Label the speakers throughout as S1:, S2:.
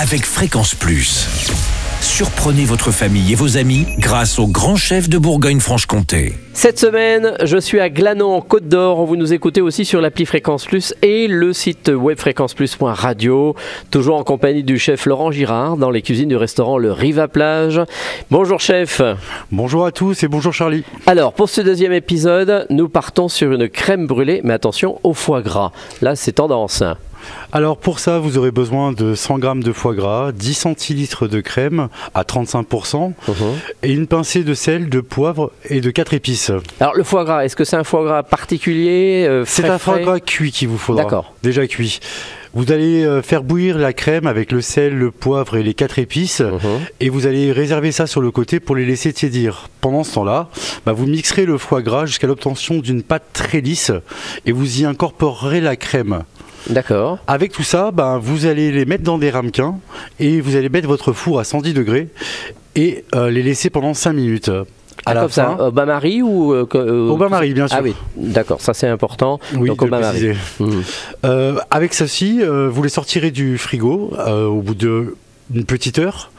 S1: avec Fréquence Plus. Surprenez votre famille et vos amis grâce au grand chef de Bourgogne-Franche-Comté.
S2: Cette semaine, je suis à Glanon en Côte d'Or. Vous nous écoutez aussi sur l'appli Fréquence Plus et le site web fréquenceplus.radio. Toujours en compagnie du chef Laurent Girard dans les cuisines du restaurant Le Riva Plage. Bonjour chef.
S3: Bonjour à tous et bonjour Charlie.
S2: Alors, pour ce deuxième épisode, nous partons sur une crème brûlée, mais attention au foie gras. Là, c'est tendance.
S3: Alors pour ça, vous aurez besoin de 100 g de foie gras, 10 centilitres de crème à 35% et une pincée de sel, de poivre et de 4 épices.
S2: Alors, le foie gras, est-ce que c'est un foie gras particulier euh,
S3: C'est
S2: frais,
S3: un foie
S2: frais
S3: gras cuit qu'il vous faudra.
S2: D'accord.
S3: Déjà cuit. Vous allez euh, faire bouillir la crème avec le sel, le poivre et les quatre épices
S2: Mhm.
S3: et vous allez réserver ça sur le côté pour les laisser tiédir. Pendant ce temps-là, bah, vous mixerez le foie gras jusqu'à l'obtention d'une pâte très lisse et vous y incorporerez la crème.
S2: D'accord.
S3: Avec tout ça, ben, vous allez les mettre dans des ramequins et vous allez mettre votre four à 110 degrés et euh, les laisser pendant 5 minutes. À
S2: Ah,
S3: la
S2: comme
S3: fin,
S2: ça, au bain-marie ou euh, que- euh,
S3: au bain-marie, bien sûr.
S2: Ah oui, d'accord, ça c'est important.
S3: Oui,
S2: euh, Donc
S3: de
S2: au
S3: le
S2: bain-marie.
S3: préciser.
S2: Mhm.
S3: Euh, avec ceci, euh, vous les sortirez du frigo euh, au bout de une petite heure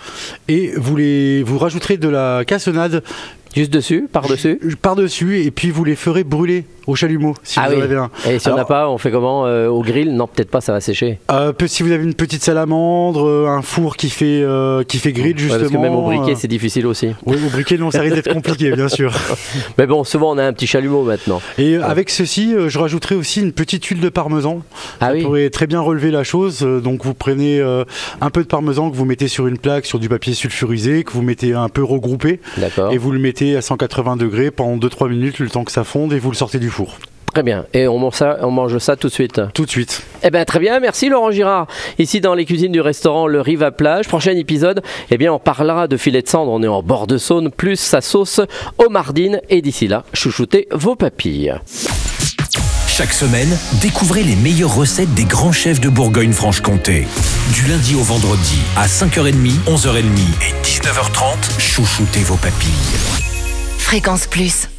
S3: et vous les vous rajouterez de la cassonade
S2: Juste dessus, par-dessus
S3: par dessus et puis vous les ferez brûler au chalumeau si
S2: Ah
S3: vous
S2: oui.
S3: en avez un.
S2: Et si on n'a
S3: Alors-
S2: pas, on fait comment euh, Au grill Non, peut-être pas, ça va sécher.
S3: Euh, peu- si vous avez une petite salamandre, euh, un four qui fait euh, qui fait grill
S2: Ouais,
S3: justement.
S2: parce que même au briquet,
S3: euh,
S2: c'est difficile aussi.
S3: Oui, au briquet, non, ça risque d'être compliqué, bien sûr.
S2: Mais bon, souvent on a un petit chalumeau maintenant.
S3: Et euh, avec ceci, euh, je rajouterai aussi une petite huile de parmesan.
S2: Ah
S3: Vous
S2: oui
S3: pourrez très bien relever la chose. Euh, Donc, vous prenez euh, un peu de parmesan que vous mettez sur une plaque, sur du papier sulfurisé, que vous mettez un peu regroupé,
S2: D'accord.
S3: et vous le mettez à 180 degrés pendant 2-3 minutes, le temps que ça fonde, et vous le sortez du four.
S2: Très bien. Et on mange ça, on mange ça tout de suite.
S3: Tout de suite.
S2: Eh bien, très bien. Merci Laurent Girard. Ici dans les cuisines du restaurant Le Riva Plage. Prochain épisode, eh bien, on parlera de filet de cendre. On est en bord de Saône, plus sa sauce homardine. Et d'ici là, chouchoutez vos papilles.
S1: Chaque semaine, découvrez les meilleures recettes des grands chefs de Bourgogne-Franche-Comté. Du lundi au vendredi, à 5h30, 11h30 et 19h30, chouchoutez vos papilles.
S4: Fréquence Plus.